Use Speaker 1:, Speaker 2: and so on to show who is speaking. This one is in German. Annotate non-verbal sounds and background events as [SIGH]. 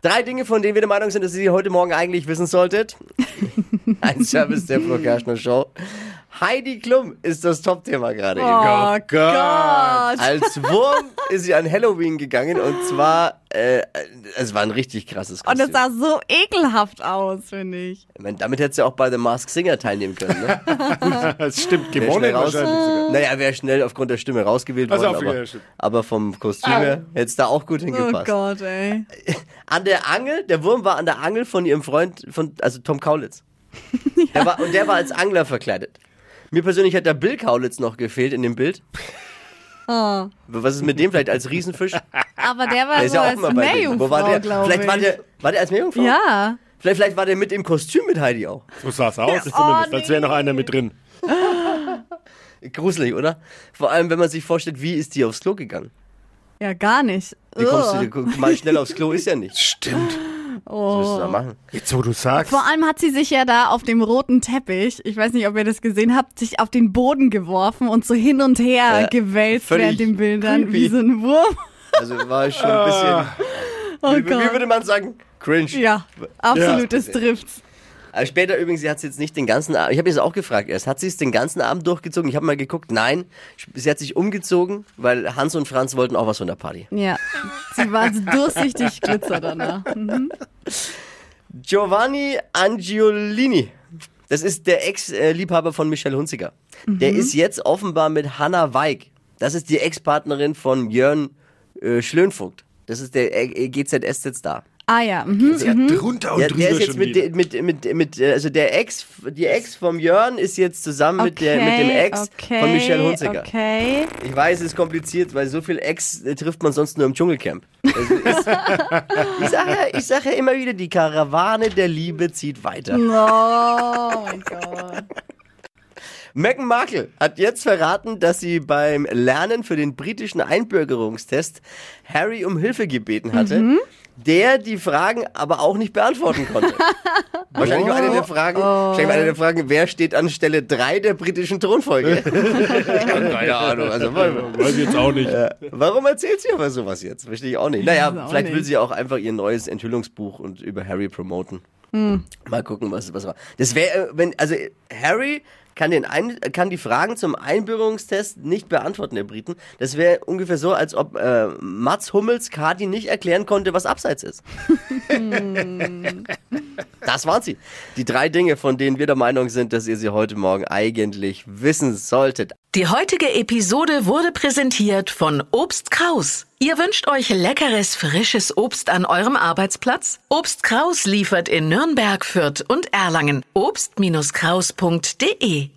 Speaker 1: Drei Dinge, von denen wir der Meinung sind, dass ihr sie heute Morgen eigentlich wissen
Speaker 2: [LAUGHS]
Speaker 1: solltet. Ein Service der Flo Kerschner Show. Heidi Klum ist das Top-Thema gerade eben.
Speaker 2: Oh Gott.
Speaker 1: Als Wurm ist sie an Halloween gegangen und zwar, äh, es war ein richtig krasses
Speaker 2: Und
Speaker 1: Kostüm.
Speaker 2: das sah so ekelhaft aus, finde ich.
Speaker 1: Ich meine, damit hättest du auch bei The Mask Singer teilnehmen können, ne?
Speaker 3: Das stimmt,
Speaker 1: Wer schnell
Speaker 3: gewonnen
Speaker 1: raus-
Speaker 3: wahrscheinlich sogar.
Speaker 1: Naja, wäre schnell aufgrund der Stimme rausgewählt
Speaker 3: Also
Speaker 1: worden,
Speaker 3: auf-
Speaker 1: aber,
Speaker 3: ja, stimmt.
Speaker 1: aber vom Kostüm her hätte Äh, es da auch gut
Speaker 2: Oh
Speaker 1: hingepasst.
Speaker 2: Gott, ey.
Speaker 1: An der Angel, der Wurm war an der Angel von ihrem Freund, von, also Tom
Speaker 2: [LAUGHS]
Speaker 1: Kaulitz. Der war, und der war als Angler verkleidet. Mir persönlich hat da Bill Kaulitz noch gefehlt in dem Bild.
Speaker 2: Oh.
Speaker 1: Was ist mit dem vielleicht als
Speaker 2: [LAUGHS]
Speaker 1: Riesenfisch?
Speaker 2: Aber der war
Speaker 1: Der ist
Speaker 2: so
Speaker 1: ja auch
Speaker 2: Also als
Speaker 1: immer bei denen. Wo war
Speaker 2: Meerjungfrau,
Speaker 1: der?
Speaker 2: glaube ich.
Speaker 1: Vielleicht war der, war der als Meerjungfrau?
Speaker 2: Ja.
Speaker 1: Vielleicht, vielleicht war der mit im Kostüm mit Heidi auch.
Speaker 3: So sah es aus, zumindest,
Speaker 2: Oh,
Speaker 3: als wäre noch einer mit drin.
Speaker 1: Gruselig, oder? Vor allem, wenn man sich vorstellt, wie ist die aufs Klo gegangen?
Speaker 2: Ja, gar nicht.
Speaker 1: Wie kommst du
Speaker 2: Ugh.
Speaker 1: guck mal schnell aufs Klo? Ist ja nicht.
Speaker 3: Stimmt.
Speaker 1: Was willst du da
Speaker 2: [LAUGHS] oh.
Speaker 1: machen?
Speaker 3: Jetzt, wo du sagst.
Speaker 2: Vor allem hat sie sich ja da auf dem roten Teppich, ich weiß nicht, ob ihr das gesehen habt, sich auf den Boden geworfen und so hin und her
Speaker 1: Ja,
Speaker 2: gewälzt
Speaker 1: Äh, völlig
Speaker 2: während den Bildern
Speaker 1: creepy.
Speaker 2: wie so ein Wurm.
Speaker 1: Also war ich schon ein bisschen,
Speaker 2: Oh
Speaker 1: wie, wie
Speaker 2: Gott.
Speaker 1: würde man sagen, cringe.
Speaker 2: Ja, absolut, das trifft's.
Speaker 1: Aber Äh, Später übrigens, sie hat es jetzt nicht den ganzen Abend, ich habe jetzt auch gefragt erst, hat sie es den ganzen Abend durchgezogen? Ich habe mal geguckt, nein, sie hat sich umgezogen, weil Hans und Franz wollten auch was von der Party.
Speaker 2: Ja, sie war so
Speaker 1: [LAUGHS]
Speaker 2: durchsichtig glitzer danach. Mhm.
Speaker 1: Giovanni Angiolini, das ist der Ex-Liebhaber von Michelle Hunziker.
Speaker 2: Mhm.
Speaker 1: Der ist jetzt offenbar mit Hanna Weig, das ist die Ex-Partnerin von Jörn äh, Schlönvogt. Das ist der E-, GZS-Sitz-Star.
Speaker 2: Ah ja, mhm.
Speaker 3: ja, drunter und
Speaker 1: Ja,
Speaker 3: drüber
Speaker 1: der ist jetzt
Speaker 3: Oh, schon
Speaker 1: mit,
Speaker 3: wieder.
Speaker 1: de- mit, mit, mit, äh, also der Ex, die Ex vom Jörn ist jetzt zusammen mit, der, mit dem
Speaker 2: Okay,
Speaker 1: Ex
Speaker 2: okay,
Speaker 1: von Michelle Hunziker.
Speaker 2: Okay.
Speaker 1: Ich weiß, es ist kompliziert, weil so viel Ex äh, trifft man sonst nur im Dschungelcamp. Also ist, [LAUGHS] ich sage ja, ich sag ja immer wieder, die Karawane der Liebe zieht weiter.
Speaker 2: Oh mein Gott.
Speaker 1: Meghan Markle hat jetzt verraten, dass sie beim Lernen für den britischen Einbürgerungstest Harry um Hilfe gebeten hatte, der die Fragen aber auch nicht beantworten konnte. Wahrscheinlich war eine der Fragen, wahrscheinlich war eine der Fragen, wer steht an Stelle 3 der britischen Thronfolge? Keine Ahnung, also
Speaker 3: Weiß ich jetzt
Speaker 1: [LAUGHS]
Speaker 3: auch nicht.
Speaker 1: Äh, Warum erzählt sie aber sowas jetzt? Verstehe ich auch nicht. Naja,
Speaker 2: weiß auch
Speaker 1: vielleicht will
Speaker 2: nicht.
Speaker 1: sie auch einfach ihr neues Enthüllungsbuch und über Harry promoten.
Speaker 2: Hm.
Speaker 1: Mal gucken, was, was war. Das wäre, äh, wenn, also äh, Harry kann, den Ein, äh, kann die Fragen zum Einbürgerungstest nicht beantworten, der Briten. Das wäre ungefähr so, als ob äh, Mats Hummels Kati nicht erklären konnte, was Abseits ist.
Speaker 2: Hm.
Speaker 1: das waren sie. Die drei Dinge, von denen wir der Meinung sind, dass ihr sie heute Morgen eigentlich wissen solltet.
Speaker 4: Die heutige Episode wurde präsentiert von Obst Kraus. Ihr wünscht euch leckeres, frisches Obst an eurem Arbeitsplatz? Obst Kraus liefert in Nürnberg, Fürth und Erlangen. Obst-Kraus.de